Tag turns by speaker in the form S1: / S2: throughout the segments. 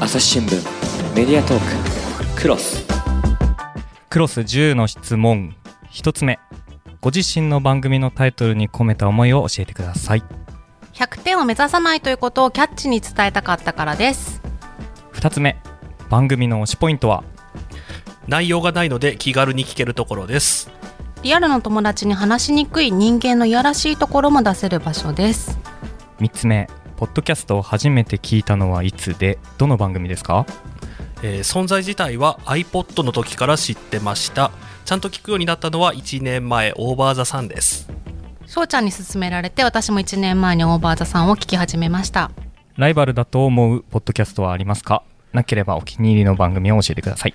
S1: 朝日新聞メディアトーククロス
S2: クロス10の質問1つ目ご自身の番組のタイトルに込めた思いを教えてください
S3: 100点を目指さないということをキャッチに伝えたかったからです
S2: 2つ目番組の推しポイントは
S4: 内容がないので気軽に聞けるところです
S3: リアルの友達に話しにくい人間のいやらしいところも出せる場所です
S2: 3つ目ポッドキャストを初めて聞いたのはいつでどの番組ですか
S4: えー存在自体は iPod の時から知ってましたちゃんと聞くようになったのは1年前オーバーザさんです
S3: 翔ちゃんに勧められて私も1年前にオーバーザさんを聞き始めました
S2: ライバルだと思うポッドキャストはありますかなければお気に入りの番組を教えてください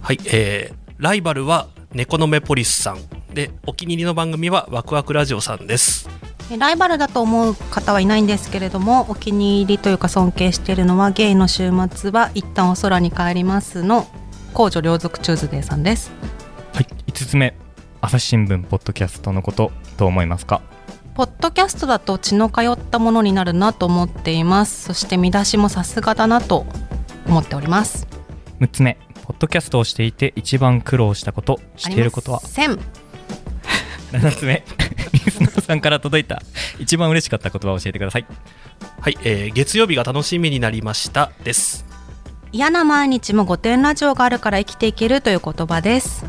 S4: はいえーライバルはネコノメポリスさんでお気に入りの番組はワクワクラジオさんです
S3: えライバルだと思う方はいないんですけれどもお気に入りというか尊敬しているのは「ゲイの週末は一旦お空に帰ります」の公女両族チューズデーさんです
S2: はい5つ目朝日新聞ポッドキャストのことどう思いますか
S3: ポッドキャストだと血の通ったものになるなと思っていますそして見出しもさすがだなと思っております
S2: 6つ目ポッドキャストをしていて一番苦労したことしていることは
S3: ありません
S2: 7つ目リスナーさんから届いた一番嬉しかった言葉を教えてください
S4: はい、えー月曜日が楽しみになりましたです
S3: 嫌な毎日も5点ラジオがあるから生きていけるという言葉です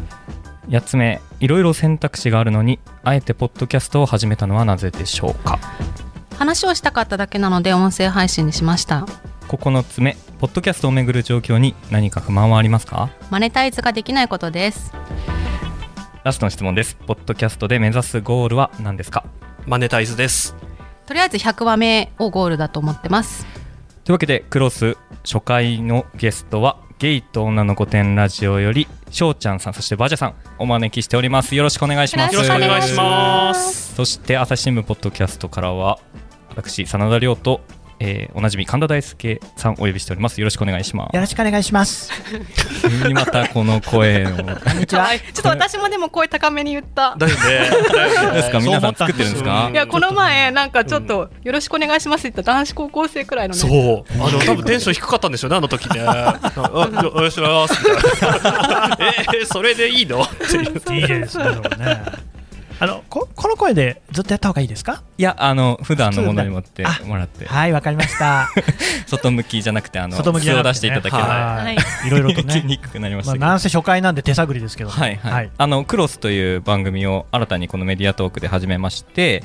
S2: 8つ目いろいろ選択肢があるのにあえてポッドキャストを始めたのはなぜでしょうか
S3: 話をしたかっただけなので音声配信にしました
S2: 9つ目ポッドキャストをめぐる状況に何か不満はありますか
S3: マネタイズができないことです
S2: ラストの質問ですポッドキャストで目指すゴールは何ですか
S4: マネタイズです
S3: とりあえず100話目をゴールだと思ってます
S2: というわけでクロス初回のゲストはゲイと女の御殿ラジオよりしょうちゃんさんそしてバジャさんお招きしておりますよろしくお願いします
S4: よろしくお願いします
S2: そして朝日新聞ポッドキャストからは私真田亮と、えーおなじみ神田大輔さんお呼びしておりますよろしくお願いしま
S5: よろしくお願いします。
S2: す急にまたこの声を
S5: こんにちは。
S3: ちょっと私もでも声高めに言った
S4: だよね
S2: ですか皆さん作ってるんですか
S3: いやこの前なんかちょっと「よろしくお願いします」って言った男子高校生くらいの
S4: そ
S3: ね
S4: うあの多分テンション低かったんでしょうねあの時 ねああよよろしくお願いします えーそれでいいのっていう
S6: いいですね。でもねあのここの声でずっとやった方がいいですか？
S2: いやあの普段のものに持ってもらって
S5: はい、わかりました。
S2: 外向きじゃなくてあの
S6: 外向きじゃ
S2: 素を
S6: なくてね
S2: 出していただければ、
S6: はいい。いろいろと
S2: 聞きに
S6: ね。
S2: くくなりまし
S6: ま
S2: た
S6: あ
S2: けど、
S6: なんせ初回なんで手探りですけど。
S2: はいはい、あのクロスという番組を新たにこのメディアトークで始めまして、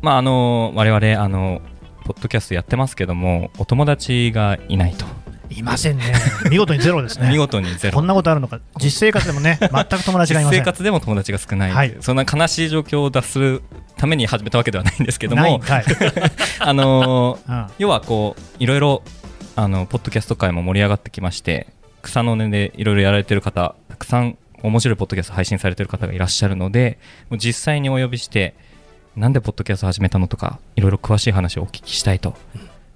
S2: まああの我々あのポッドキャストやってますけどもお友達がいないと、
S6: いませんね。見事にゼロです ね。
S2: 見事にゼ
S6: こ
S2: ロ
S6: んなことあるのか。実生活でもね、全く友達が
S2: 実
S6: いません。
S2: 生活でも友達が少ない、
S6: はい
S2: そんな悲しい状況を脱するために始めたわけではないんですけど
S6: ない
S2: も
S6: んかい。
S2: あのー
S6: うん
S2: 要はこういろいろあのポッドキャスト界も盛り上がってきまして草の根でいろいろやられてる方たくさん面白いポッドキャスト配信されてる方がいらっしゃるのでもう実際にお呼びしてなんでポッドキャスト始めたのとかいろいろ詳しい話をお聞きしたいと、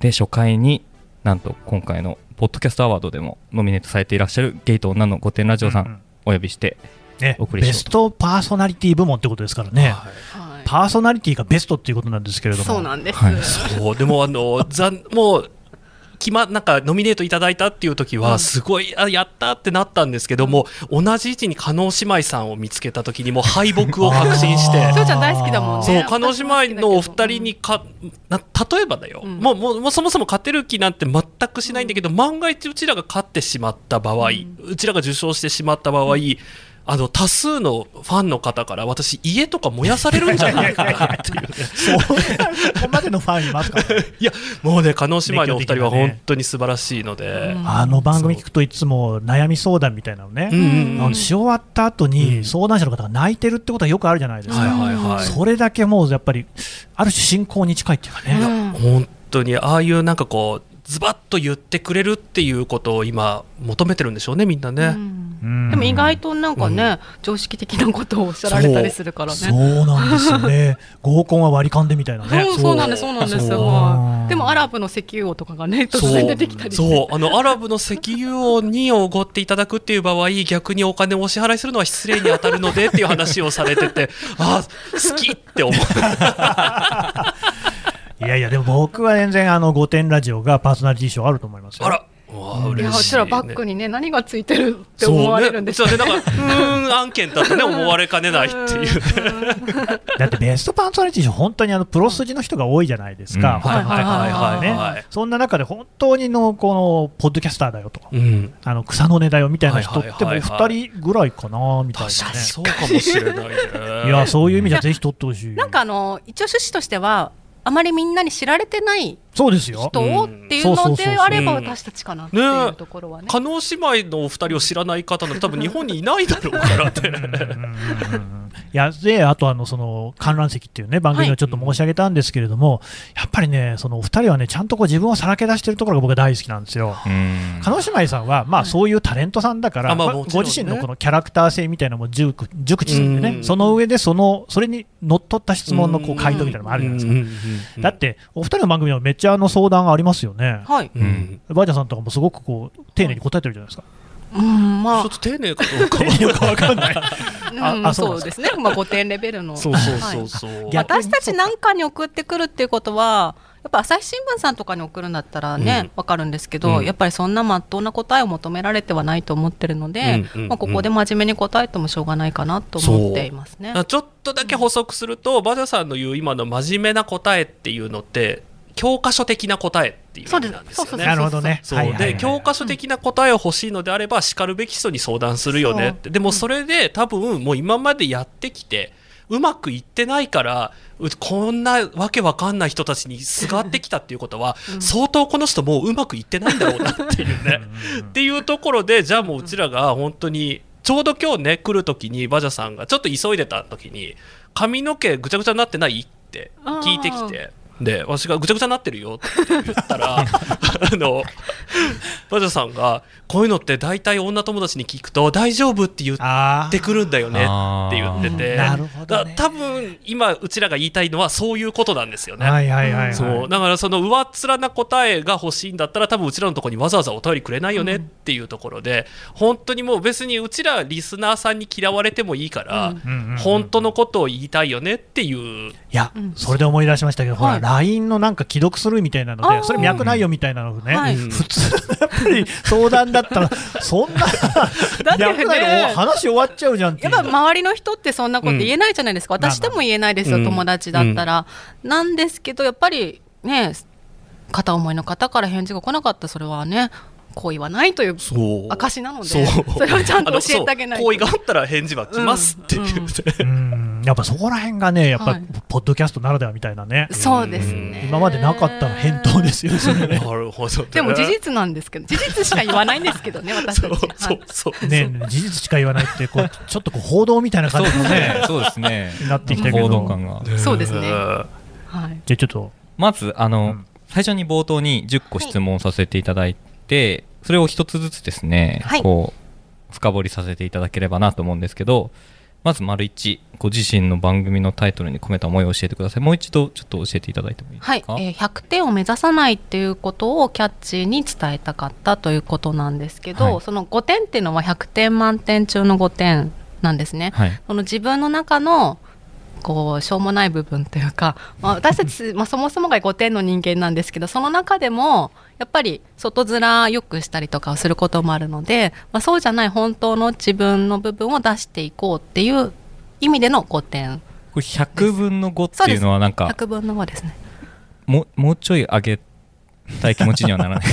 S2: で初回になんと今回のポッドキャストアワードでもノミネートされていらっしゃるゲイと女の御殿ラジオさん、
S6: うんうん
S2: お呼びして
S6: ね
S2: お送、りしよ
S6: ベ
S2: うと
S6: ストパーソナリティ部門ってことですからね。
S3: はい
S6: パーソナリティがベストっていうことなんですけれども。
S3: そうなんです、
S2: はい
S4: そうでもあの残もう決まなんかノミネートいただいたっていう時はすごい、あやったってなったんですけども、同じ位置に加納姉妹さんを見つけた時にもう敗北を確信して
S6: あー
S3: しょうちゃん大好きだもんね
S4: そう
S3: 私も
S4: 加納姉妹のお二人に
S3: 好きだけど
S4: かな例えばだよ、
S3: うん
S4: もうもうもうそもそも勝てる気なんて全くしないんだけど、万が一うちらが勝ってしまった場合、うちらが受賞してしまった場合、あの多数のファンの方から私家とか燃やされるんじゃないかなって いう
S6: そう。 ここまでのファンいますからね。
S4: いやもうね加納姉妹のお二人は
S6: 熱狂的なね
S4: 本当に素晴らしいので、
S3: うん
S6: あの番組聞くといつも悩み相談みたいなのね。
S4: うんうん
S6: あのし終わった後
S4: う
S6: に
S4: ん
S6: 相談者の方が泣いてるってことはよくあるじゃないです
S4: はい
S6: か、
S4: はいはい
S6: それだけもうやっぱり、ある種、信仰に近いっていうかね、
S3: うん
S4: 本当にああいうなんかこうズバッと言ってくれるっていうことを今求めてるんでしょうねみんな
S3: う
S4: ね、
S3: ん
S6: うん
S3: でも意外となんかね、常識的なことをおっしゃられたりするからね
S6: そうなんですよ ね、合コンは割り勘でみたいなね、
S3: そうそうなんです、そうなんです。
S4: そう
S3: はいでもアラブの石油王とかがね、突然出てきたりして。
S4: そうあのアラブの石油王におごっていただくっていう場合逆にお金をお支払いするのは失礼に当たるのでっていう話をされててああ好きって思う
S6: いやいや、でも僕は全然、あの御殿ラジオがパーソナリティ賞あると思いますよ
S4: あらわあ
S5: い
S4: 嬉
S5: や
S4: しい、
S7: や
S4: ね、
S7: うちらバッグにね何がついてるって思われるんです
S4: そう
S7: よ
S4: ねそうねなんかうーん案件だとね思われかねないっていう
S6: だってベストパーソナリティー賞本当にあのプロ筋の人が多いじゃないですか、
S2: うん
S6: 他の方々は
S4: はいはいはいはい
S6: ねそんな中で本当にのこのポッドキャスターだよとか、
S4: うん
S6: あの草の根だよみたいな人っても
S4: は
S6: う
S4: いはいはいはい
S6: 2人ぐらいかなみたい
S4: 確か
S6: なね
S4: にそうかもしれないね
S6: いやそういう意味じゃぜひ取ってほしい
S3: なんかあの一応趣旨としてはあまりみんなに知られてない
S6: そうですよ
S3: 人をっていうのであれば
S4: うん
S7: 私たちかなっていうところはね
S4: 加納姉妹のお二人を知らない方なんて多分日本にいないだろうか らって
S6: うんうんうんうんいやであとあのその観覧席っていうね番組をちょっと申し上げたんですけれども、やっぱりねそのお二人はねちゃんとこう自分をさらけ出してるところが僕は大好きなんですよ。
S2: うん
S6: 叶姉妹さんは、まあ、そういうタレントさんだから、
S4: あまあ
S6: まあ
S4: もちろ
S6: ご
S4: んね
S6: 自身のこのキャラクター性みたいなのも熟熟知するんで
S4: う
S6: ね、
S4: ん
S6: その上でそのそれにのっとった質問のこう回答みたいなのもあるじゃないですか。
S4: す
S6: だって、お二人の番組はめっちゃあの相談ありますよね。
S3: はい、
S4: うんうん
S6: ばあちゃんさんとかもすごくこう丁寧に答えてるじゃないですか。
S3: うん、ま
S4: ちょっと丁寧かどうかは
S6: よくわかんない。
S3: あ、うん
S6: あそ
S3: そうう
S6: なん
S3: ですね、まあ、5点レベルの
S4: そうそうそうそう
S6: 逆に
S3: 私たちなんかに送ってくるっていうことはやっぱ朝日新聞さんとかに送るんだったらね、
S4: うん
S3: わかるんですけど、
S4: うん
S3: やっぱりそんな真っ当な答えを求められてはないと思ってるので、
S4: うんうんうん
S3: まあ、ここで真面目に答えてもしょうがないかなと思っていますね。
S4: あちょっとだけ補足すると、バジャさんの言う今の真面目な答えっていうのって教科書的な答えっていう意味なんですよ
S3: そうで
S4: ね
S3: す
S6: なるほどね。
S4: そう
S6: はいはいはい
S4: で教科書的な答えを欲しいのであればしかるべき人に相談するよねってでもそれで多分もう今までやってきてうまくいってないからうこんなわけわかんない人たちにすがってきたっていうことは、相当この人もううまくいってないんだろうなっていうね。っていうところでじゃあもううちらが本当にちょうど今日ね来る時にバジャさんがちょっと急いでた時に髪の毛ぐちゃぐちゃになってないって聞いてきて。で、私がぐちゃぐちゃになってるよって言った ら、あの、バジャさんが、こういうのって大体女友達に聞くと、大丈夫って言っ
S6: あ
S4: てくるんだよねって言ってて、
S6: あーなるほどね
S4: だから多分今、うちらが言いたいのはそういうことなんですよ
S6: あ。
S4: ね。
S6: はいはいはいはい。
S4: そうだからその上っ面な答えが欲しいんだったら多分うちらのところにわざわざお便りくれないよねっていうところで、本当にもう別にうちらリスナーさんに嫌われてもいいから、
S3: うん
S6: うんうんうん
S4: 本当のことを言いたいよねっていう
S6: いや、
S3: うん
S6: それで思い出しましたけど、ほ
S3: は
S6: ら、
S3: い
S6: LINE のなんか既読するみたいなの
S3: あー
S6: で、それ脈ないよみたいなのね、
S3: はい
S6: 普通、やっぱり相談だったら、そんな、
S3: だってね
S6: 脈ないの話終わっちゃうじゃんってい
S3: や
S6: う。
S3: っぱ周りの人ってそんなこと言えないじゃないですか、
S6: んまあまあ
S3: 私でも言えないですよ、
S4: うん
S3: 友達だったら、なんですけどやっぱりね片思いの方から返事が来なかったらそれはね恋はないという
S4: そう
S3: 証なので
S4: そう
S3: それをちゃんと教えてあげない
S4: の
S3: と
S4: そう行為があったら返事は来ますっていう、
S3: うんうん
S6: うんやっぱそこら辺がね、やっぱ、
S3: はい
S6: ポッドキャストならではみたいなね、
S3: そうですね。
S6: 今までなかった返答ですよ、そ れね。
S4: なるほど、ね、
S3: でも事実なんですけど、 事実しか言わないんですけ どね、私た
S4: そう
S3: ち。
S4: そ
S3: は
S4: うそう
S6: ね事実しか言わないってこう、ちょっとこう報道みたいな
S2: そう
S6: 感
S2: です
S6: じの
S2: ね
S6: ね、
S2: そうですね
S6: に なってきたけ
S2: 報
S6: ど、
S2: 道感が
S3: いそうですね
S4: ん
S3: はい。
S6: じゃあちょっと、
S2: まずあの、
S6: うん
S2: 最初に冒頭に10個質問させていただいて、それを一つずつですね、
S3: はい
S2: こう深掘りさせていただければなと思うんですけどまず丸一ご自身の番組のタイトルに込めた思いを教えてくださいもう一度ちょっと教えていただいてもいいで
S3: は
S2: す
S3: い、
S2: か、
S3: えー100点を目指さないっていうことをキャッチーに伝えたかったということなんですけど、
S2: はい
S3: その5点っていうのは100点満点中の5点なんですね。
S2: はい
S3: その自分の中のこうしょうもない部分というか、まあ、私たち、まあ、そもそもが5点の人間なんですけどその中でもやっぱり外面よくしたりとかをすることもあるので、まあ、そうじゃない本当の自分の部分を出していこうっていう意味での5点
S2: これ100分の5っていうのはなんか
S3: 100分の5ですね
S2: ももうちょい上げたい気持ちにはな らない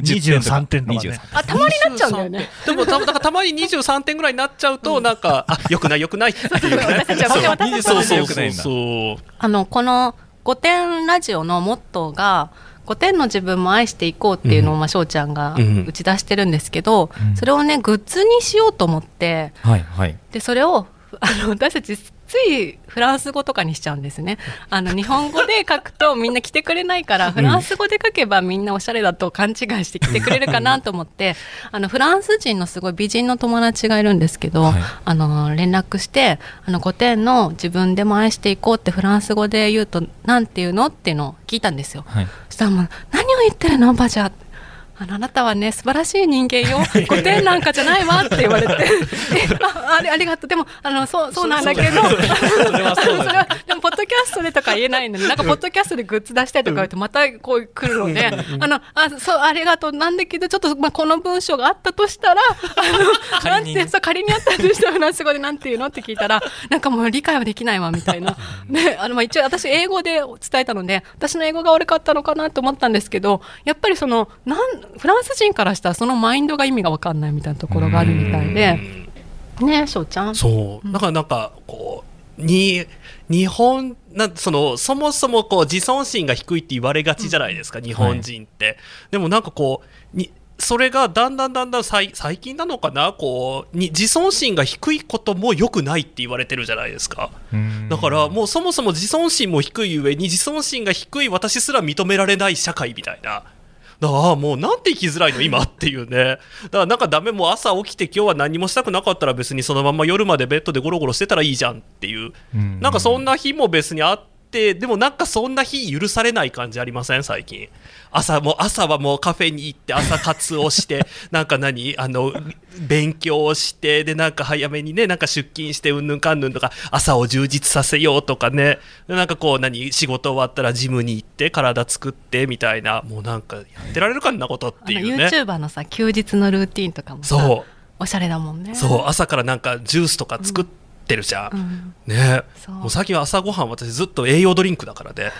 S2: 10
S6: 23点とかね
S2: 23
S3: あたまになっちゃうんだよね
S4: でもたなんかたまに23点ぐらいになっちゃうと、なんか、あよくない、よくないっていうね、
S3: 私たちは
S4: そう
S3: 私たち
S4: そう
S3: は
S4: そう
S2: よくな
S4: そ、
S2: いうんだ
S4: そう
S3: あのこの「5点ラジオ」のモットーが「5点の自分も愛していこう」っていうのを
S4: うん
S3: まあ翔、ちゃんが
S4: うん
S3: 打ち出してるんですけど、
S2: うん
S3: それをねグッズにしようと思って
S2: はいはい
S3: でそれを あの私たちついフランス語とかにしちゃうんですねあの日本語で書く とみんな来てくれないからフランス語で書けばみんなおしゃれだと勘違いして来てくれるかなと思ってあのフランス人のすごい美人の友達がいるんですけど、
S2: はい
S3: あの連絡してあの5点の自分でも愛していこうってフランス語で言うとなんていうのっていうのを聞いたんですよ。
S2: はい
S3: そしたらもう何を言ってるのバジャーあのあなたはね素晴らしい人間 よ古典なんかじゃないわって言われ てえああれありがとうでもあのそうそうなんだけどそれはでもポッドキャストでとか言えないのになんかポッドキャストでグッズ出したりとか言うとまたこう来るのであのあそうありがとうなんだけどちょっと、まあ、この文章があったとしたらあのなんてそう仮にあったとしたらフランス語でなんて言うのって聞いたらなんかもう理解はできないわみたい なであのまあ一応私英語で伝えたので私の英語が悪かったのかなと思ったんですけどやっぱりそのなんフランス人からしたらそのマインドが意味が分かんないみたいなところがあるみたいでねえ翔ちゃん
S4: そう。だからなんか、こう、に、日本、なその、そもそもこう、自尊心が低いって言われがちじゃないですか、日本人って。でもなんかこう、に、それがだんだんだんだん最最近なのかなこうに自尊心が低いことも良くないって言われてるじゃないですかだからもうそもそも自尊心も低い上に自尊心が低い私すら認められない社会みたいなだからああもうなんて生きづらいの今っていうねだからなんかダメもう朝起きて今日は何もしたくなかったら別にそのまま夜までベッドでゴロゴロしてたらいいじゃんっていう
S2: うん
S4: なんかそんな日も別にあってでもなんかそんな日許されない感じありません最近朝も朝はもうカフェに行って朝活をして なんか何あの勉強をしてでなんか早めにねなんか出勤してうんぬんかんぬんとか朝を充実させようとかねでなんかこう何仕事終わったらジムに行って体作ってみたいなもうなんかやってられるかんなことって
S3: あの
S4: いうね
S3: YouTuber のさ休日のルーティンとかもさ
S4: そ
S3: おしゃれだもんね
S4: うそう朝からなんかジュースとか作ってるじゃん、
S3: うん
S4: ね
S3: そう
S4: もう最近は朝ごはん私ずっと栄養ドリンクだからで、ね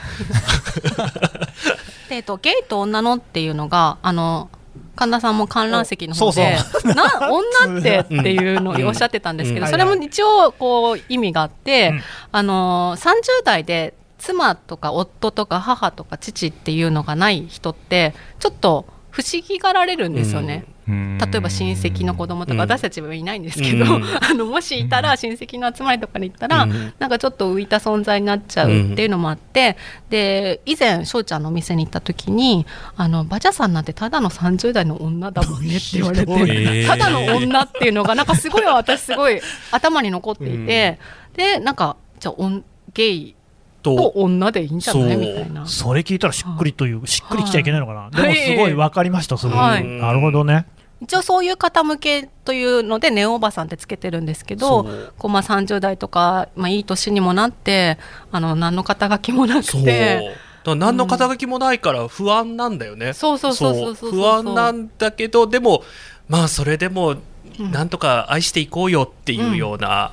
S3: でえっと、ゲイと女のっていうのがあの神田さんも観覧席の方で
S6: お
S3: な女ってっていうのをおっしゃってたんですけど、
S6: うん
S3: それも一応こう意味があって、
S6: うん
S3: あの30代で妻とか夫とか母とか父っていうのがない人ってちょっと不思議がられるんですよね。例えば親戚の子供と
S4: うん
S3: か私たちはいないんですけど、
S4: うん
S3: あのもしいたら親戚の集まりとかに行ったら、
S4: うん
S3: なんかちょっと浮いた存在になっちゃうっていうのもあって、で以前翔ちゃんのお店に行った時に「あのバジャさんなんてただの30代の女だもんね」って言われ
S2: ひどい
S3: てただの女っていうのがなんかすごい私すごい頭に残っていて、でなんかじゃあおんゲイと
S4: と
S3: 女でいいんじゃないみたいな。
S6: それ聞いたらしっくりという、しっくりきちゃいけないのかな、
S3: はい
S6: でもすごい分かりました、すごい、
S3: はい
S6: なるほどね、
S3: 一応そういう方向けというので「ネオおばさん」ってつけてるんですけど
S4: そう
S3: こうまあ30代とか、まあ、いい年にもなってあの何の肩書きもな
S4: そう
S3: く
S4: だか
S3: て
S4: ら何の肩書きもないから不安なんだよね、
S3: そうそうそうそうそうそう
S4: 不安なんだけどでもまあそれでもなんとか愛していこうよっていうような、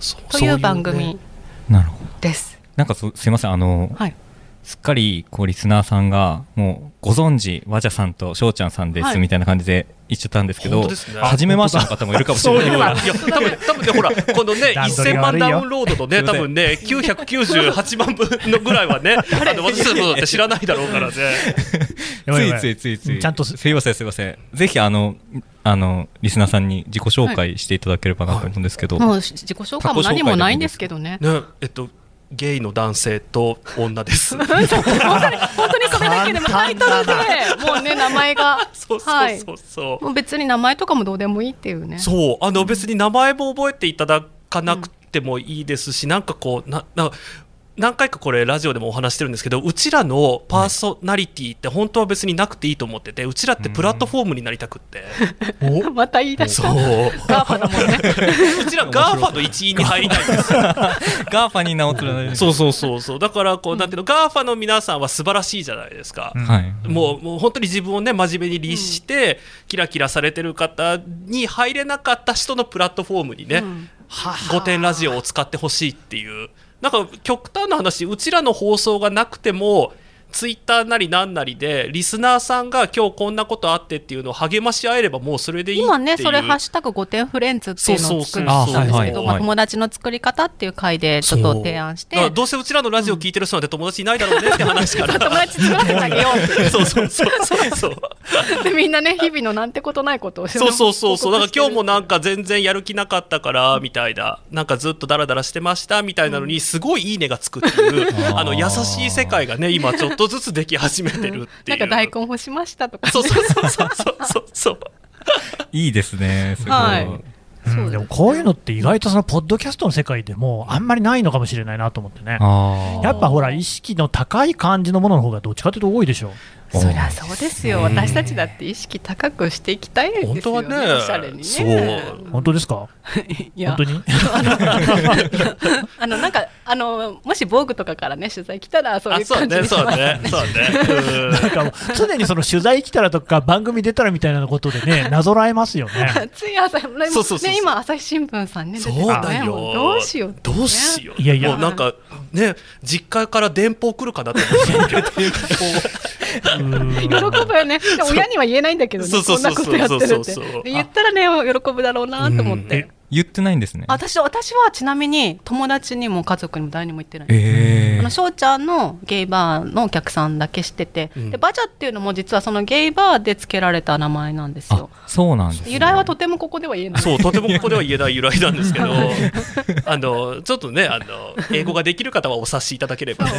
S4: そ
S3: と
S4: そ
S3: いう
S4: ね
S3: 番組
S2: なるほど
S3: です。
S2: なんかそすいませんあの、
S3: はい
S2: すっかりこうリスナーさんがもうご存知和者さんと翔ちゃんさんで
S3: はい
S2: すみたいな感じで言っちゃったんですけど、
S4: 本当
S2: は
S4: ですね
S2: 初めましての方もいるかもしれない
S4: いや多分多分ねほらこのね
S6: 段取り
S4: 1000
S6: が悪
S4: 万
S6: いよ
S4: ダウンロードのね多分ね998万分のぐらい はねあの私たちのことだって知らないだろうからね
S6: やばいやば
S2: ついついついつい
S6: ちゃんとす
S2: すいませんすいませんぜひあのあのリスナーさんに自己紹介していただければなと思うんですけど、
S3: もう自己紹介も何もないんですけどね。
S4: ねえっとゲイの男性と 女です
S3: 本当にそれだけでもタイトルでもうね名前が
S4: そうそ
S3: は
S4: う
S3: い
S4: そうそう、
S3: もう別に名前とかもどうでもいいっていうね。
S4: そうあの別に名前も覚えていただかなくてもいいですし、なんかこうなな何回かこれラジオでもお話してるんですけどうちらのパーソナリティって本当は別になくていいと思っててうちらってプラットフォームになりたくって、
S3: また言い出し
S4: そう
S3: た。ガー ファだもんね。
S4: うちらガーファの一員に入りたいんですよ
S2: ガーファに名を連ねる
S4: そうそうそうそうだからこうなんていうのガーファの皆さんは素晴らしいじゃないですか、
S2: はい
S4: もうもう本当に自分をね真面目に律して、キラキラされてる方に入れなかった人のプラットフォームにね、御殿ラジオを使ってほしいっていうなんか極端な話うちらの放送がなくてもツイッターなりなんなりでリスナーさんが今日こんなことあってっていうのを励まし合えればもうそれでいいっていう
S3: 今ねそれ「ハッシュタグ5点フレンズ」っていうのを作ったん
S2: そう
S3: ですけど
S2: そうそうそう
S3: まあ、友達の作り方っていう回でちょっと提案して
S4: だからどうせうちらのラジオ聞いてる人なんて友達いないだろうねって 話から
S3: 友達作らせてあげよ
S4: そうそうそうそうそう
S3: うでみんなね日々のなんてことないことを
S4: そうそうそうそう。だから今日も
S3: な
S4: なんか全然やる気なかったから、みたいな。なんかずっとダラダラしてました、みたいなのに、すごいいいねがつくっ ていう、あの、優しい世界がね、今ちょっとずつでき始めてるってい
S3: な
S4: う。
S3: んか大根干しましたとか
S4: そうそうそうそうそうそう。
S2: いいですねすごい、
S3: はい
S6: うんでもこういうのって意外とそのポッドキャストの世界でもあんまりないのかもしれないなと思ってね。
S2: あー
S6: やっぱほら、意識の高い感じのものの方がどっちかというと多いでしょ。
S3: そりゃそうですよ、
S4: うん
S3: 私たちだって意識高くしていきたいですよね
S4: 本当はね
S3: おしゃれにね
S4: そう
S6: 本当ですか
S3: いや
S6: 本当に
S3: あのなんかあのもし防具とかからね取材来たら そうい
S4: あ
S3: う
S4: そう
S3: 感じ
S4: ね
S3: にし
S4: そう
S3: ます
S4: ねそうね うん
S6: なんかもう常にその取材来たらとか番組出たらみたいなことでねなぞらえますよね。
S3: つい朝、ね
S4: そうそうそうそう
S3: ね、今朝日新聞さんね出て
S4: そ
S3: たね
S4: うだよ
S3: もうどうしよう
S4: どうしよう
S6: いやいや
S4: もうなんかね実家から電報来るかなと思って
S3: 喜ぶ よねで親には言えないんだけどね
S4: そうそう
S3: こんな
S4: そう
S3: こ
S4: そう
S3: とやってるって
S4: そうそうそう
S3: で言ったらね喜ぶだろうなと思って、
S6: え
S2: 言ってないんですね。
S3: 私私はちなみに友達にも家族にも誰にも言ってない
S2: え
S3: あの翔ちゃんのゲイバーのお客さんだけ知ってて、
S4: うん
S3: でバジャっていうのも実はそのゲイバーで付けられた名前なんです
S2: あ
S3: よ。
S2: そうなんです、ね。
S3: 由来はとてもここでは言えない。
S4: そうとてもここでは言えない由来なんですけどあのちょっとねあの英語ができる方はお察しいただければ ね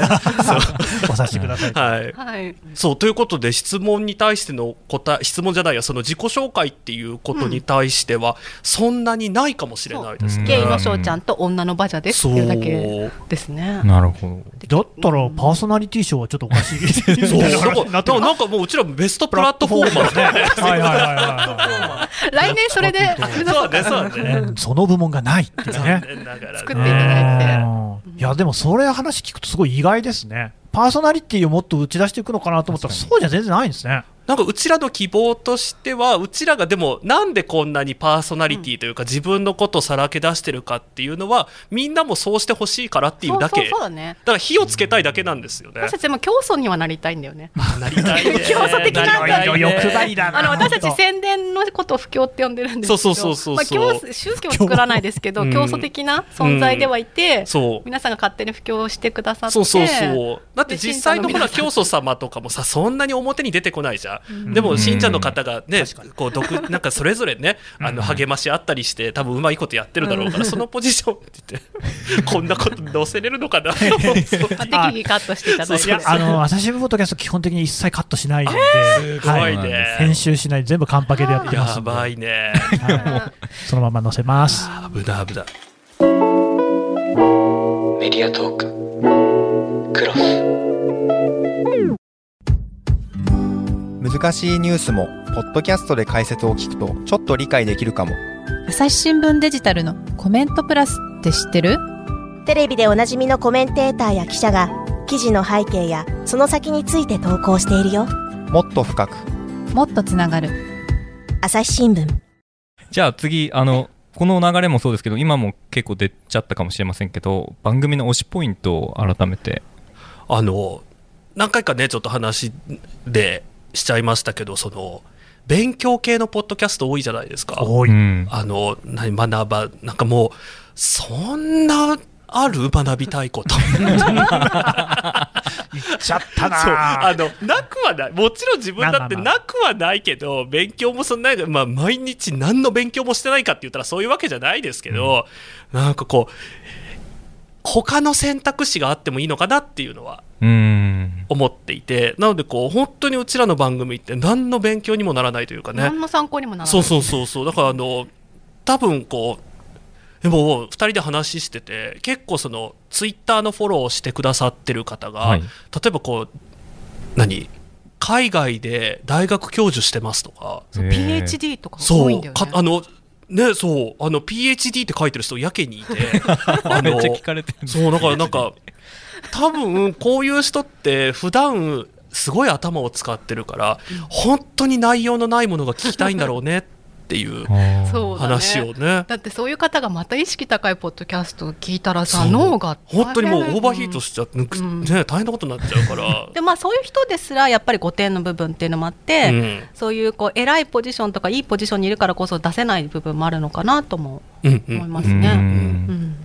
S6: お察しください。
S4: はい
S3: はい。
S4: そうということで質問に対しての答え質問じゃないやその自己紹介っていうことに対しては、そんなにないかもしれないですね。
S3: ゲイの翔ちゃんと女のバジャですっていうだけ
S4: そう
S3: ですね。
S2: なるほど。
S6: だったらパーソナリティ賞はちょっとおかしい。
S4: そうだから
S6: な
S4: だからなんかもううちらベストプラットフォーマーだよね。
S6: はいはいはいは
S3: 来年それで目指
S4: そ
S3: そうう
S4: ね
S3: か
S4: そう
S6: いは
S4: ね
S6: い。。ねその部門がないっていう
S4: 残
S6: ね。
S4: 念ながら
S3: 作っていただいて。
S6: うんいやでもそれ話聞くとすごい意外ですね。パーソナリティをもっと打ち出していくのかなと思ったら
S2: 確
S6: そうじゃ全然ないんですね。
S4: なんかうちらの希望としてはうちらがでもなんでこんなにパーソナリティというか自分のことをさらけ出してるかっていうのはみんなもそうしてほしいからってい
S3: そううそ
S4: だ
S3: う
S4: け
S3: そうだね。
S4: だから火をつけたいだけなんですよね
S3: 私。たちも競争にはなりたいんだよね。
S4: なりたい ね
S3: 競争的なんだよ
S4: りたいね
S6: 欲張りだな
S3: あの私た
S6: ほん
S3: ち
S6: と
S3: 宣伝のことを不況って呼んでるんですけど、
S4: そうそうそうそうそう
S3: まあ競争宗教を作らないですけど、
S4: 不況
S3: 競争的な存在ではいて、
S4: そう
S3: 皆さんが勝手に布教してくださって
S4: そうそうそうだって
S3: で
S4: 実際のほら
S3: 信者
S4: 教祖様とかもさそんなに表に出てこないじゃん、
S2: ん
S4: でも信者の方がね
S6: 確かに
S4: こう独なんかそれぞれねあの励ましあったりして多分うまいことやってるだろうから、そのポジションって言ってこんなこと載せれるのかなそう
S3: あ適宜カットしていただい
S4: そう
S3: て
S6: いやあの朝日新聞ポッドキャスト基本的に一切カットしないので、
S4: すご
S6: はいい、
S4: ね
S6: 編集しない全部カンパケでやってます
S4: や
S6: んで
S4: ばいね
S6: そのまま載せます。
S4: 危ない危ない
S1: メディアトーククロス
S8: 難しいニュースもポッドキャストで解説を聞くとちょっと理解できるかも
S9: 朝日新聞デジタルのコメントプラスって知ってる
S10: テレビでおなじみのコメンテーターや記者が記事の背景やその先について投稿しているよ
S8: もっと深く
S9: もっとつながる
S10: 朝日新聞
S2: じゃあ次、あの、この流れもそうですけど、今も結構出ちゃったかもしれませんけど、番組の推しポイントを改めて。
S4: あの何回かねちょっと話でしちゃいましたけどその勉強系のポッドキャスト多いじゃないですか
S6: 多い。
S2: うん。
S4: あの、何、学ば、なんかもう、そんな、ある学びたい こと。
S6: ちゃったな
S4: そう
S6: あ
S4: あの、なくはない。もちろん自分だって
S6: まあまあ
S4: なくはないけど、勉強もそんな、まあ、毎日何の勉強もしてないかって言ったらそういうわけじゃないですけど、なんかこう、他の選択肢があってもいいのかなっていうのは
S2: うん。
S4: 思っていて、なのでこう、本当にうちらの番組って何の勉強にもならないというかね。
S3: 何の参考にもならない。
S4: そうそうそうそうだからあの多分こうでも2人で話してて結構そのツイッターのフォローをしてくださってる方が、
S2: はい
S4: 例えばこう何海外で大学教授してますとか
S3: そう
S2: へー
S3: PhD とか
S4: そ
S3: 多
S4: う、
S3: いんだよね
S4: か。あのねそうあの PhD って書いてる人やけにいて あ
S2: め
S4: の
S2: っちゃ聞かれてる。
S4: そうだからなんか多分こういう人って普段すごい頭を使ってるから本当に内容のないものが聞きたいんだろうねっていう
S2: あー
S3: そうだね
S4: 話をね
S3: だってそういう方がまた意識高いポッドキャストを聞いたら
S4: そ
S3: さ
S4: う
S3: 脳が
S4: 本当にもうオーバーヒート
S3: し
S4: しちゃって、ね
S3: ん
S4: 大変なことになっちゃ うから
S3: でまあそういう人ですらやっぱり5点の部分っていうのもあって、
S4: うん
S3: そういうこう偉いポジションとかいいポジションにいるからこそ出せない部分もあるのかなとも
S4: うんう
S3: 思い
S4: ん
S3: ます
S2: う
S3: ね。
S2: ん
S3: うん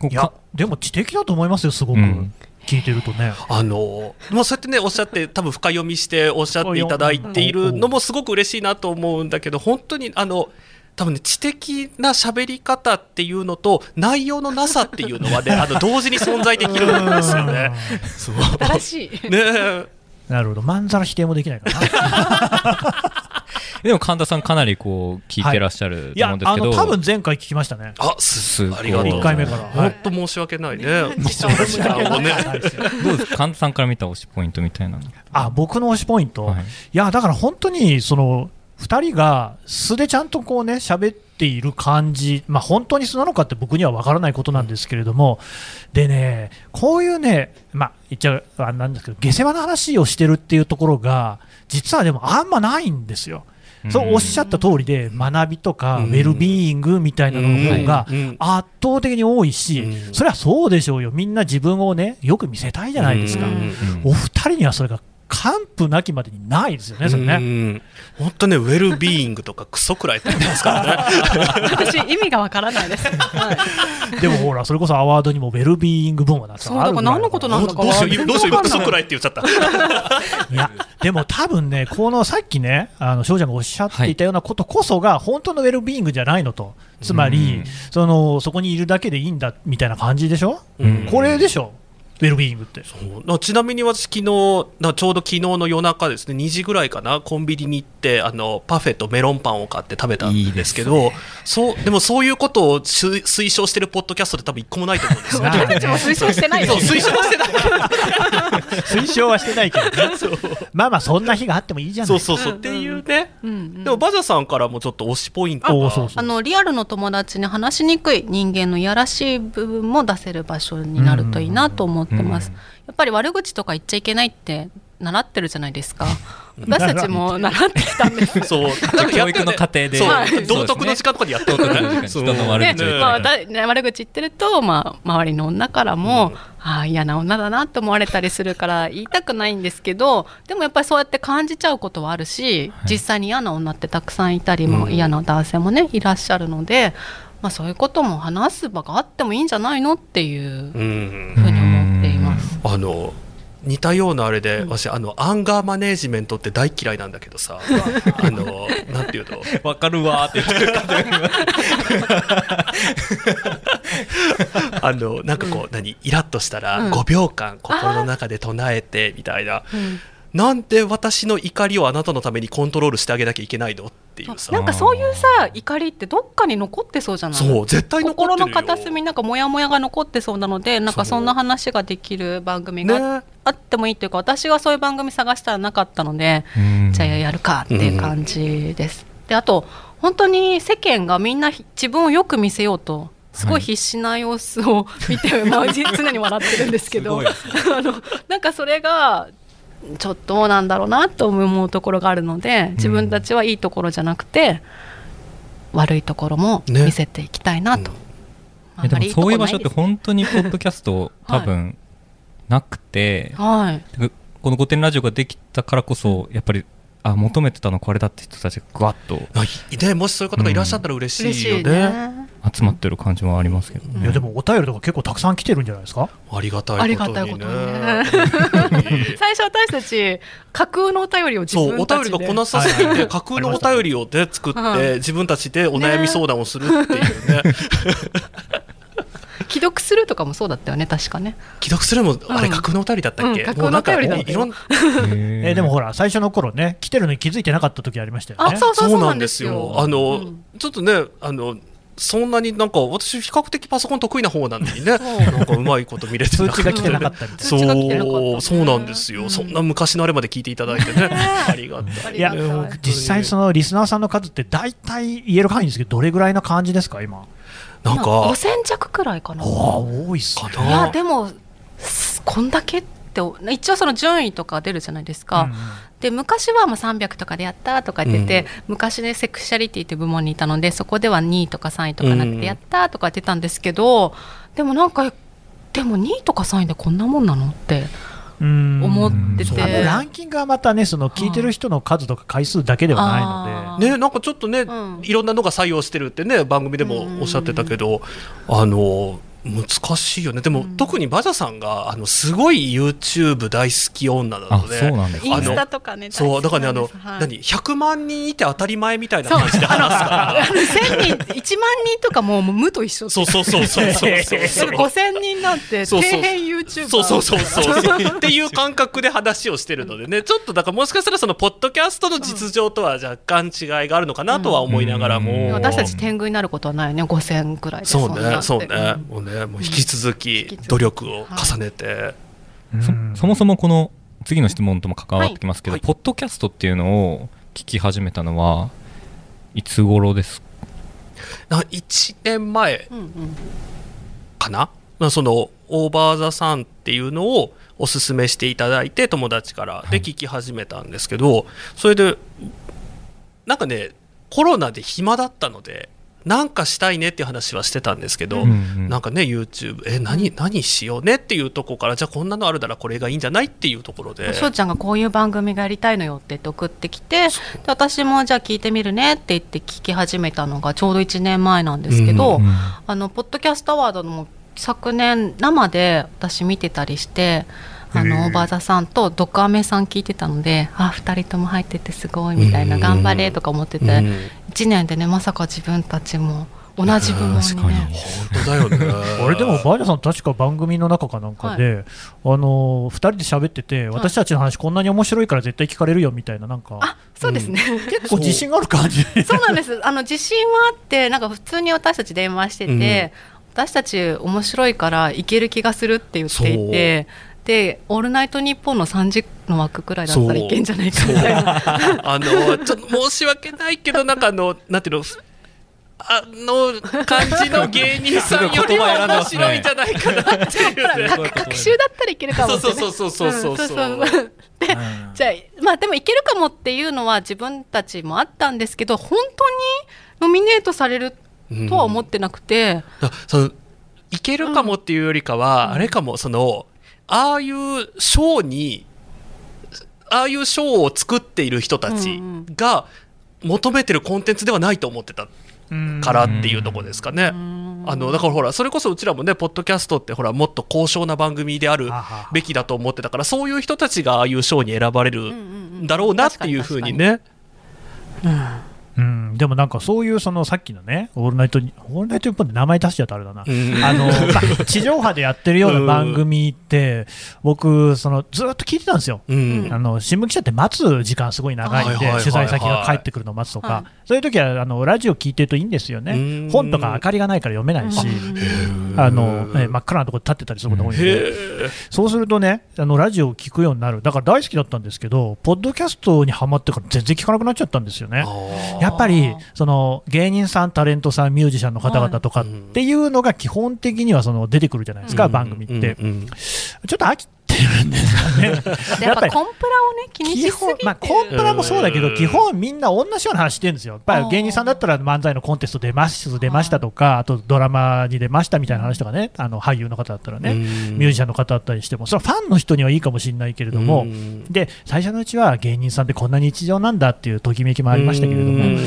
S2: こう
S6: いや
S2: か
S6: でも知的だと思いますよすごく、
S2: うん
S6: 聞いてるとね。
S4: あのまあ、そうやってねおっしゃって多分深読みしておっしゃっていただいているのもすごく嬉しいなと思うんだけど本当にあの多分ね知的な喋り方っていうのと内容のなさっていうのは ねあの同時に存在できるんですよね。そう
S3: 新しい
S4: ねえ
S6: なるほどまんざら否定もできないかな。
S2: でも神田さんかなりこう聞いてらっしゃる
S6: い
S2: と思う
S6: や
S2: んです
S6: あ
S2: けど、
S6: の多分前回聞きましたね
S4: あす
S2: ごい
S4: ありがとう
S2: 一回目から
S6: はい
S4: 本当申し訳ないね貴重な時間をね
S2: どうですか神田さんから見た推しポイントみたいなの
S6: あ僕の推しポイント、
S2: はい
S6: い、やだから本当にその2人が素でちゃんとこうね喋っている感じ、まあ、本当に素なのかって僕には分からないことなんですけれども、でね、こういうね、まあ、言っちゃうあれなんですけど、下世話な話をしてるっていうところが、実はでもあんまないんですよ。そうおっしゃった通りで学びとかウェルビーイングみたいなのの方が圧倒的に多いしそれはそうでしょうよみんな自分をねよく見せたいじゃないですかお二人にはそれが完膚なきまでにないですよねそれね
S4: ね本当ねウェルビーイングとかクソくらいって言ってますからね
S3: 私意味がわからないです。はい
S6: でもほらそれこそアワードにもウェルビーイング部門なんて
S3: そうだから何のことなんだか
S4: どうしよう
S3: 全然
S4: どうしよう
S3: わか
S4: 今ク
S3: んな
S4: ソ
S3: い
S4: くらいって言っちゃった
S6: いや、でも多分ね、このさっきね、あの翔ちゃんがおっしゃっていたようなことこそが、本当のウェルビーイングじゃないのと、つまり、そのそこにいるだけでいいんだみたいな感じでしょ、
S4: うん
S6: これでしょ、ウェルビーイングって。
S4: なちなみに私昨日なちょうど昨日の夜中ですね2時ぐらいかなコンビニに行ってあのパフェとメロンパンを買って食べたんですけどそうでもそういうことをし推奨してるポッドキャストで多分一個もないと思うんで すよ
S6: 私
S7: たちも推奨してないよ
S4: そう推奨してない
S6: 推奨はしてないけどね、まあまあ、そんな日があってもいいじゃな
S4: そ
S6: いう
S4: そうそうっていうね、
S3: うんうん
S4: でもバジャさんからもちょっと推しポイント
S6: お
S4: が
S6: ーそうそ
S3: あ
S6: う
S3: のリアルの友達に話しにくい人間のいやらしい部分も出せる場所になるといいなと思ってます。やっぱり悪口とか言っちゃいけないって習ってるじゃない ですか。私たちも習ってきたんです。
S4: そう多分や
S2: 教
S4: っ
S2: 育
S4: てる
S2: の
S4: ね
S2: 過程で
S4: そう
S2: はいそうですね
S4: 道徳の時間とかでやってる
S2: 道徳の時間
S4: そう
S2: 人の悪
S3: で
S2: 口を言っ
S3: まあ
S2: た
S3: だね悪口言ってると、まあ、周りの女からも、ああ嫌な女だなと思われたりするから言いたくないんですけどでもやっぱりそうやって感じちゃうことはあるし、実際に嫌な女ってたくさんいたり、も
S4: うん
S3: 嫌な男性もねいらっしゃるので、まあ、そういうことも話す場があってもいいんじゃないのっていう
S4: うん
S3: ふうに思っています。
S4: あの似たようなあれで、私あのアンガーマネージメントって大嫌いなんだけ どさあのなんていうの
S2: わかるわーって言ってる
S4: あのなんかこう、何イラッとしたら
S3: うん
S4: 5秒間心の中で唱えてみたいな、
S3: うん
S4: なんで私の怒りをあなたのためにコントロールしてあげなきゃいけないのっていうさ
S3: なんかそういうさ怒りってどっかに残ってそうじゃない
S4: そう絶対残って
S3: 心
S4: るよ
S3: の片隅になんかモヤモヤが残ってそうなのでなんかそんな話ができる番組があ
S4: ね
S3: あってもいいというか私がそういう番組探したらなかったのでじゃあやるかっていう感じです。であと本当に世間がみんなひ自分をよく見せようとすごい必死な様子を見て、まあじ常に笑ってるんですけど あのなんかそれがちょっとどうなんだろうなと思うところがあるので自分たちはいいところじゃなくて、悪いところも
S4: ね
S3: 見せていきたいなと。あ
S2: え
S3: ん
S2: でも
S3: まりいいと
S2: そう
S3: こ
S2: いう場
S3: な
S2: 所
S3: い
S2: っ
S3: で
S2: て
S3: す
S2: 本当にポッドキャスト多分なくて、
S3: はい、
S2: この「御殿ラジオ」ができたからこそやっぱりあ求めてたのこれだって人たちがぐわっと
S4: あねもしそういう方がいらっしゃったら嬉
S3: 嬉
S4: し
S3: し
S4: いよ
S3: い
S4: ね
S3: ね。
S2: 集まってる感じもありますけど
S6: い
S2: ね
S6: やでもお便りとか結構たくさん来てるんじゃないですか
S4: ありがたいこと
S3: あ
S4: に
S3: り
S4: ね
S3: が最初私たち架空のお便りを自
S4: そうお
S3: 分
S4: 便
S3: た
S4: り
S3: ち
S4: が
S3: で
S4: こなさすぎ
S6: はい
S4: て
S6: はい
S4: 架空のお便りをで作って、
S3: はい
S4: 自分たちでお悩み相談をするっていうね
S3: 既読するとかもそうだったよね確かね。
S4: 既読するのもあれ
S3: うん
S4: 架空のお便りだったっけ、
S3: うん架空のお便りだったよ
S4: もうなんかいろん
S6: えーでもほら最初の頃ね来てるのに気づいてなかった時ありましたよ
S3: あ
S6: ね
S3: そう
S4: そ
S3: そううそ
S4: そう
S3: う
S4: な
S3: なんん
S4: で
S3: ですす
S4: よ
S3: よ。
S4: あの、
S3: うん
S4: ちょっとね、あの、そんなになんか私比較的パソコン得意な方なのにね、なんかうまいこと見れて
S6: 通
S4: なくて
S6: 知が来てなかったみたい
S3: 通知が来てなかった
S4: そう、そうなんですよ。そんな昔のあれまで聞いていただいてね。ありが たい。
S6: いや実際そのリスナーさんの数って大体言える範囲ですけどどれぐらいな感じですか今
S4: なん
S3: まあ
S4: か
S3: 五、千弱くらいかな。
S6: あ
S3: い
S6: あ多いっすね
S4: かな
S3: やでもすこんだけって一応その順位とか出るじゃないですか。
S6: うん
S3: で昔はもう300とかでやったとか言ってて、昔ねセクシャリティという部門にいたのでそこでは2位とか3位とかなく
S4: うん
S3: てやったとか言ってたんですけど、でもなんかでも2位とか3位でこんなもんなのって
S6: うん
S3: 思ってて、
S6: あのランキングはまたね、その聞いてる人の数とか回数だけではないの
S3: あ
S6: で、
S4: ね、なんかちょっとね、
S3: うん
S4: いろんなのが採用してるってね、番組でもおっしゃってたけど、あの、難しいよねでも、特にバジャさんがあのすごい YouTube 大好き女なので
S2: あそうなんですね
S4: あの
S2: インスタ
S7: とかね
S4: そうだからね
S7: 大
S4: あ
S7: 好
S4: の
S7: きなんです、はい
S4: 何100万人いて当たり前みたいな感じで話すか ら
S7: 1000人1万人とかもう無と一緒
S4: そうそうそうそうそうそう
S7: なんか5000人なんて
S4: そ
S7: 底
S4: うそう
S7: 辺 YouTuber
S4: そうそうそうそうっていう感覚で話をしてるのでねちょっとだからもしかしたらそのポッドキャストの実情とは若干違いがあるのかなとは思いながらも、
S7: 私たち天狗になることはないよね5000くらいで
S4: そうん
S7: な
S4: ね
S7: って
S4: そうねもうねもう引き続き努力を重ねて、
S2: そもそもこの次の質問とも関わってきますけど、
S4: はい
S2: ポッドキャストっていうのを聞き始めたのはいつ頃ですか
S4: な1年前かな、まあそのオーバーザさんっていうのをおすすめしていただいて友達からで聞き始めたんですけど、それでなんかねコロナで暇だったのでなんかしたいねっていう話はしてたんですけど、
S2: うんうん
S4: なんかね YouTube え何何しようねっていうとこからじゃあこんなのあるならこれがいいんじゃないっていうところで
S3: しょうちゃんがこういう番組がやりたいのよって言って送ってきてで私もじゃあ聞いてみるねって言って聞き始めたのがちょうど1年前なんですけど、
S7: うんうん
S3: あのポッドキャストアワードも昨年生で私見てたりして。あ
S7: へ
S3: の
S7: え
S3: オーバーザさんとドクアメさん聞いてたのであ二人とも入っててすごいみたいな
S7: うん
S3: 頑張れとか思ってて
S7: うん
S3: 1年でねまさか自分たちも同じ部門にね
S4: 本当だ よね
S6: あれでもバーニャさん確か番組の中かなんかで、あのー、2人で喋ってて私たちの話こんなに面白いから絶対聞かれるよみたいななんか
S3: そうですね、
S6: 結構自信がある感じ
S3: そうなんです。あの自信はあって、なんか普通に私たち電話してて、私たち面白いからいける気がするって言っていて。で、オールナイトニッポンの3時の枠くらいだったらいけんじゃないかみたいな。
S4: あのちょっと申し訳ないけどなんかあのなんていうのあの感じの芸人さんよりも面白いんじゃないかなっていうね。
S7: 学習だったらいけるかもってね
S4: そうそうそうそうそうそうん
S7: そうで
S3: じゃあ、まあでもいけるかもっていうのは自分たちもあったんですけど、本当にノミネートされるとは思ってなくて、
S4: あそのいけるかもっていうよりかは、あれかもそのああいうショーにああいうショーを作っている人たちが求めてるコンテンツではないと思ってたからっていうところですかね。あのだからほらそれこそうちらもねポッドキャストってほらもっと高尚な番組であるべきだと思ってたからそういう人たちがああいうショーに選ばれるんだろうなっていうふうにね。
S6: うん、でもなんかそういうそのさっきのね「オールナイトニオールナイトニッポン」って名前出しちゃったあれだな、
S4: うん
S6: あのまあ地上波でやってるような番組って僕そのずっと聞いてたんですよ、
S4: うん
S6: あの新聞記者って待つ時間すごい長いん
S4: はいは
S6: で
S4: いはいはい
S6: 取材先が帰ってくるのを待つとか、
S4: は
S6: そういう時はあのラジオ聞いてるといいんですよね本とか明かりがないから読めないしあの、え真っ暗なところ立ってたりすることが多いんで。そうするとね、あのラジオを聞くようになる、だから大好きだったんですけど、ポッドキャストにはまってから全然聞かなくなっちゃったんですよね。やっぱりその芸人さん、タレントさん、ミュージシャンの方々とかっていうのが基本的にはその出てくるじゃないですか、
S4: うん
S6: 番組って、
S4: うんうんうん
S6: ちょっと飽きてるんですよね。
S3: でやっぱコンプラをね気にしすぎて
S6: まあ、コンプラもそうだけど、基本みんな同じような話してるんですよ。やっぱり芸人さんだったら漫才のコンテスト出ます出ましたとか、あとドラマに出ましたみたいな話とかね、あの俳優の方だったらね、
S4: うん
S6: ミュージシャンの方だったりしても、それはファンの人にはいいかもしれないけれども、で、最初のうちは芸人さんってこんな日常なんだっていうときめきもありましたけれども
S4: うん、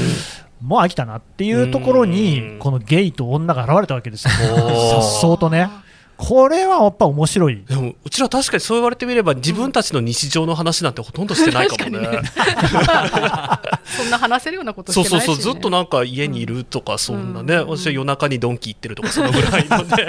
S6: もう飽きたなっていうところに、このゲイと女が現れたわけですよ。
S4: お
S6: さ
S4: ー
S6: っそう とね。これはやっぱ面白い。
S4: でもうちら確かにそう言われてみれば自分たちの日常の話なんてほとんどしてないかもね。
S7: そんな話せるようなことして
S4: そ
S7: な
S4: う
S7: いし、
S4: そう
S7: ね、
S4: そうずっとなんか家にいるとかそんなね、私は夜中にドンキ行ってるとかそのぐらいのね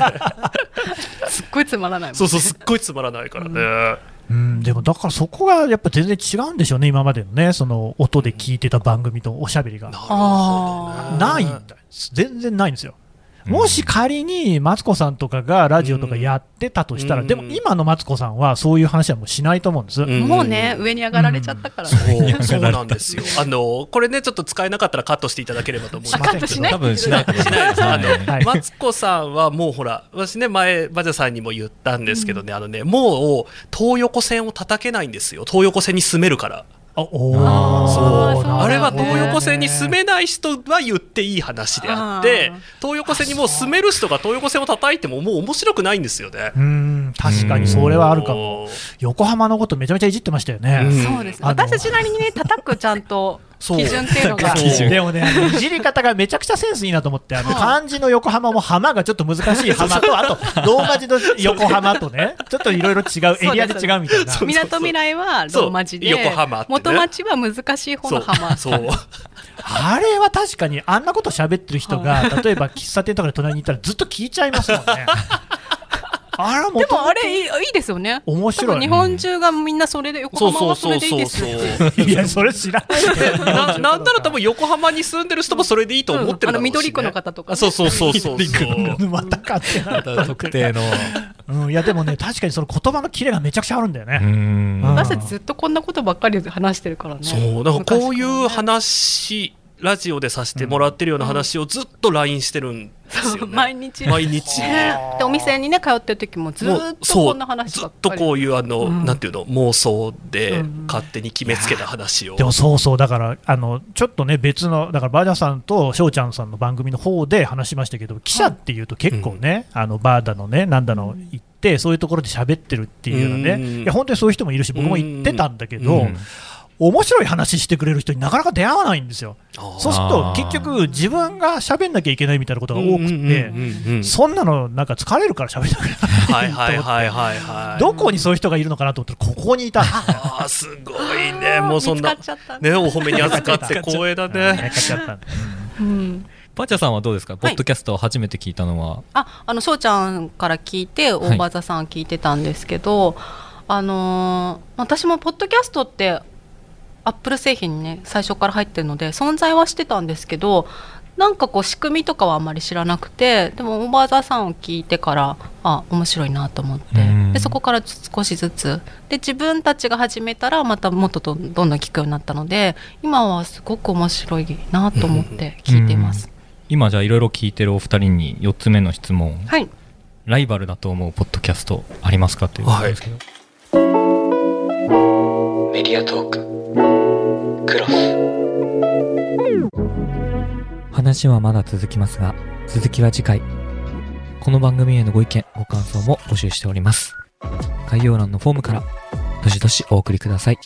S7: すっごいつまらないもん
S4: そうそうすっごいつまらないからね、
S6: うん、でもだからそこがやっぱ全然違うんでしょうね、今までのね、その音で聞いてた番組とおしゃべりが。ないんだ全然ないんですよ。もし仮にマツコさんとかがラジオとかやってたとしたら、
S7: うん
S6: でも今のマツコさんはそういう話はもうしないと思うんです。
S7: もうね上に上がられちゃったからね、
S4: そうそうなんですよあのこれねちょっと使えなかったらカットしていただければと思います
S7: あカットしない多分しないと思います
S4: ですあの
S7: はい
S4: マツコさんはもうほら私ね前バジャさんにも言ったんですけどね、あのねもう東横線を叩けないんですよ東横線に住めるから
S6: あお
S4: そうあれは東横線に住めない人は言っていい話であって東横線にもう住める人が東横線を叩いてももう面白くないんですよね。
S6: うん、確かにそれはあるかも。横浜のことめちゃめちゃいじってましたよね。
S7: そうですね私たちなりにね叩くちゃんと
S4: そう
S3: 基準っていうのが
S4: そう
S6: でもね、あのいじり方がめちゃくちゃセンスいいなと思って、あの漢字の横浜も浜がちょっと難しい浜と、あとローマ字の横浜 とね、ちょっといろいろ違う、エリアで違うみたいな。
S3: みなとみらいはローマ字で
S4: そう横浜ってね
S3: 元町は難しい方の浜
S4: そうそう
S6: あれは確かに、あんなこと喋ってる人が、例えば喫茶店とかで隣にいたら、ずっと聞いちゃいますもん ね。あら、も
S3: で
S6: と
S3: もあれいいいいですよね
S6: 面
S3: 多
S6: 白
S3: 分
S6: い。
S3: 日本中がみんなそれで横浜はそれでいいですよ
S4: そう
S3: っ
S4: そう
S3: て
S4: そうそう
S6: いや、それ知らない。
S4: ななんなら多分横浜に住んでる人もそれでいいと思って
S3: う
S4: るだろうし、ね
S3: んあの緑区の方とかね
S4: あそうそうそうそう そう
S6: また勝手な。
S7: 特定の
S6: うん、いや、で もね、確かにその言葉のキレがめちゃくちゃあるんだよね。
S2: ん
S6: うん
S3: 私たちずっとこんなことばっかり話してるからね
S4: そうなんかこういう
S3: 昔からね
S4: 話ラジオでさせてもらってるような話をずっと LINE してるんですよ ね、
S3: 毎日
S4: 毎日
S3: ねでお店にね通ってる時もず
S4: もう
S3: ーっと
S4: そう
S3: こんな話
S4: ず
S3: ば
S4: っ
S3: っ
S4: と
S3: かり
S4: こういうあの、
S3: うん
S4: なんていうの妄想で
S3: うん
S4: 勝手に決めつけた話を、
S6: でもそうそう、だから、あのちょっとね、別の、だから、バージャさんと翔ちゃんさんの番組の方で話しましたけど、記者っていうと結構ね、あのバーだのね、なんだの行って、そういうところで喋ってるっていうのね、
S4: うん
S6: いや本当にそういう人もいるし、僕も行ってたんだけど、
S4: うん
S6: 面白い話してくれる人になかなか出会わないんですよ。
S4: あー
S6: そうすると、結局、自分が喋んなきゃいけないみたいなことが多く
S4: うんうん
S6: て
S4: う。んうん
S6: そんなのなんか疲れるから喋りたく
S4: は
S6: ないい
S4: はい
S6: と思っ
S4: はい
S6: て
S4: はいはい
S6: どこにそういう人がいるのかなと思ったらここにいたんですね
S4: あーすごいねもうそんな
S3: 見つかっちゃった
S4: ねお褒めに 預かって光栄だ
S6: うん
S4: ね
S6: 買っちゃったんで
S3: うん
S2: パチャさんはどうですか、ポッドキャストを初めて聞いたのは、
S3: あ、あの翔ちゃんから聞いて、大場座さん聞いてたんですけど、あのー私もポッドキャストってアップル製品にね最初から入ってるので存在はしてたんですけど、なんかこう仕組みとかはあんまり知らなくて、でもオーバーザさんを聞いてからあ面白いなと思っ
S2: う
S3: て
S2: ん、
S3: でそこから少しずつで自分たちが始めたらまたもっとどんどんどん聞くようになったので、今はすごく面白いなと思って聞いています。
S2: 今じゃあいろいろ聞いてるお二人に4つ目の質問、
S3: はい。
S2: ライバルだと思うポッドキャストありますかということですけど、
S1: メディアトーククロス
S2: 話はまだ続きますが続きは次回この番組へのご意見ご感想も募集しております概要欄のフォームからどしどしお送りください